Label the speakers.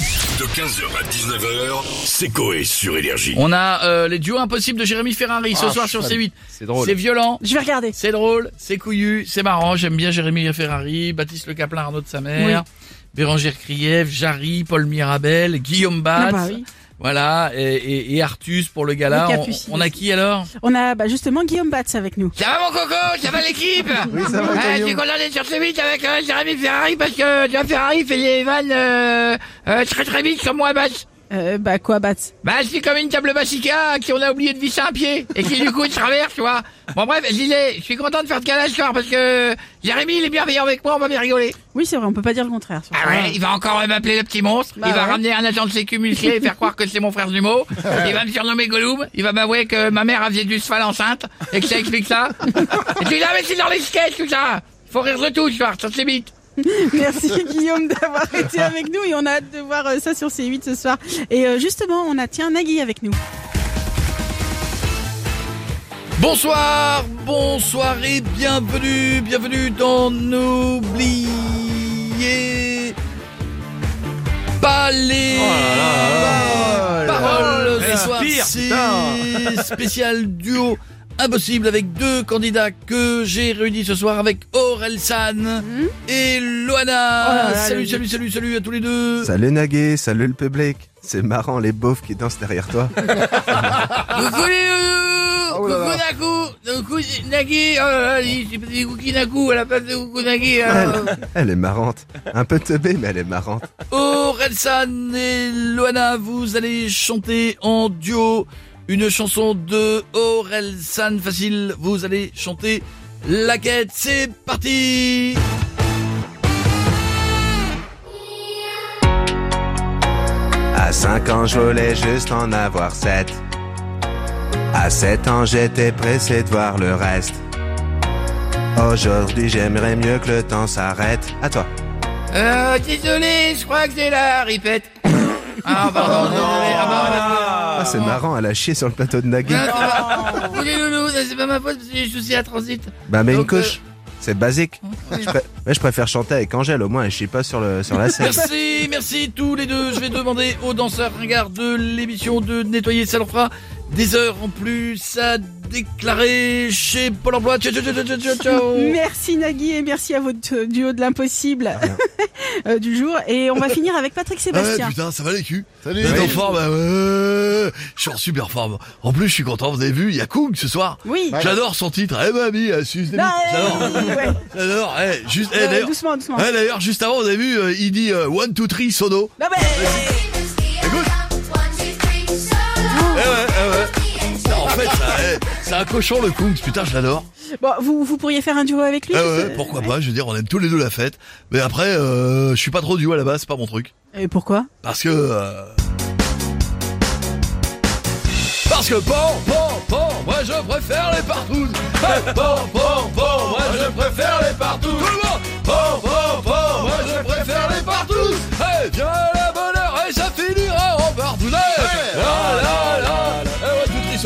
Speaker 1: De 15h à 19h, c'est Coé sur Énergie.
Speaker 2: On a euh, les duos impossibles de Jérémy Ferrari ce soir sur C8.
Speaker 3: C'est drôle.
Speaker 2: C'est violent,
Speaker 4: Je vais regarder.
Speaker 2: c'est drôle, c'est couillu, c'est marrant. J'aime bien Jérémy Ferrari, Baptiste Le Caplin, Arnaud de sa mère, Bérangère Krief, Jarry, Paul Mirabel, Guillaume Batz.
Speaker 4: Ah bah oui.
Speaker 2: Voilà, et, et, et Artus pour le gala.
Speaker 4: Le
Speaker 2: On,
Speaker 4: Capucine
Speaker 2: on a qui alors
Speaker 4: On a bah, justement Guillaume Batz avec nous.
Speaker 2: Ça va mon coco Ça va l'équipe Oui, ça va. je suis content d'être sur C8 avec euh, Jérémy Ferrari parce que Jérémy Ferrari fait les vannes euh, euh, très très vite sur moi, Batz.
Speaker 4: Euh, bah quoi Batz
Speaker 2: Bah, c'est comme une table bassica à qui on a oublié de visser un pied et qui du coup traverse, tu vois. Bon, bref, Gilet, je suis content de faire de gala ce soir parce que Jérémy, il est bienveillant avec moi, on va bien rigoler.
Speaker 4: Oui c'est vrai, on peut pas dire le contraire. sur
Speaker 2: Ah
Speaker 4: ça.
Speaker 2: ouais, il va encore m'appeler le petit monstre,
Speaker 4: Bah
Speaker 2: il va
Speaker 4: ouais.
Speaker 2: ramener un agent de sécu musclé et faire croire que c'est mon frère jumeau, il va me surnommer Gollum, il va m'avouer que ma mère avait du cheval enceinte et que ça explique ça. Et puis là, mais c'est dans les sketchs, tout ça. Faut rire de tout ce soir, ça c'est vite.
Speaker 4: Merci Guillaume d'avoir été avec nous et on a hâte de voir euh, ça sur C8 ce soir. Et euh, justement on a tiens Nagui avec nous.
Speaker 2: Bonsoir, bonsoir et bienvenue, bienvenue dans N'oubliez pas les
Speaker 3: Oh là là là là.
Speaker 2: paroles ce soir.
Speaker 3: Respire,
Speaker 2: C'est spécial duo impossible avec deux candidats que j'ai réunis ce soir avec Aurel San et
Speaker 4: Mhm. Oh là
Speaker 2: Loana.
Speaker 4: là,
Speaker 2: salut,
Speaker 4: le-
Speaker 2: salut, salut, salut à tous les deux.
Speaker 5: Salut Nagué, salut le public. C'est marrant les beaufs qui dansent derrière toi.
Speaker 2: Coucou les loulous
Speaker 5: Oh là
Speaker 2: Coucou Naku Coucou Nagui Oh là là, j'ai dit Coucou Naku à la place de Coucou Nagui. hein.
Speaker 5: Elle, elle est marrante. Un peu teubée, mais elle est marrante.
Speaker 2: Orelsan Oh, et Loana, vous allez chanter en duo une chanson de Orelsan facile. Vous allez chanter La quête. C'est parti
Speaker 5: À 5 ans, je voulais juste en avoir 7. À 7 ans, j'étais pressé de voir le reste. Aujourd'hui, j'aimerais mieux que le temps s'arrête. À toi.
Speaker 2: Euh, désolé, je crois que c'est la ripette. Ah, pardon, désolé. Ah,
Speaker 5: Ah, c'est marrant, elle a chié sur le plateau de Nagui.
Speaker 2: bah, pardon. Non, c'est pas- Loulou, ça, c'est pas ma faute parce que j'ai des soucis à transit.
Speaker 5: Bah, mets une
Speaker 2: Donc, euh,
Speaker 5: couche. C'est basique.
Speaker 2: Oui.
Speaker 5: Je, pré- mais je préfère chanter avec Angèle, au moins elle chie pas sur, le, sur la scène.
Speaker 2: Merci, merci tous les deux. Je vais demander aux danseurs ringards de l'émission de nettoyer. Ça leur fera des heures en plus à déclarer chez Pôle emploi. Ciao, ciao, ciao, ciao, ciao, ciao.
Speaker 4: Merci Nagui et merci à votre euh, duo de
Speaker 6: Ah,
Speaker 4: l'impossible euh, du jour. Et on va finir avec Patrick
Speaker 6: Ah Ouais,
Speaker 4: Sébastien.
Speaker 6: putain, ça va les culs.
Speaker 5: Salut.
Speaker 6: Vous êtes en forme Ah ouais. Je suis en super forme. En plus, je suis content, vous avez vu, il y a Kung ce soir.
Speaker 4: oui.
Speaker 6: J'adore son titre. Eh mamie, elle suce des
Speaker 4: Bah,
Speaker 6: bites. J'adore.
Speaker 4: euh, ouais.
Speaker 6: J'adore. Eh, juste, eh,
Speaker 4: Euh,
Speaker 6: d'ailleurs,
Speaker 4: doucement, doucement.
Speaker 6: eh, d'ailleurs, juste avant, vous avez vu, euh, il dit euh, one, two, three, sono.
Speaker 4: Non, mais-
Speaker 6: Écoute. Eh ouais, eh ouais. Non, en fait, ça, eh, c'est un cochon le Kung. Putain, je l'adore.
Speaker 4: eh, Bon, vous, vous pourriez faire un duo avec lui
Speaker 6: Eh
Speaker 4: je
Speaker 6: ouais,
Speaker 4: sais-
Speaker 6: pourquoi pas Je veux dire, on aime tous les deux la fête. Mais après, euh, je suis pas trop duo à la base, c'est pas mon truc.
Speaker 4: Et pourquoi
Speaker 6: Parce que. euh, Parce que bon, bon, bon, moi je préfère les partous. Bon, bon, bon, moi je préfère les partous. Tout le monde. Bon, bon, bon, moi je préfère les partous. Eh, viens à la bonne heure et ça finira en partout. Eh, la, la, la. Eh, ouais, tout triste,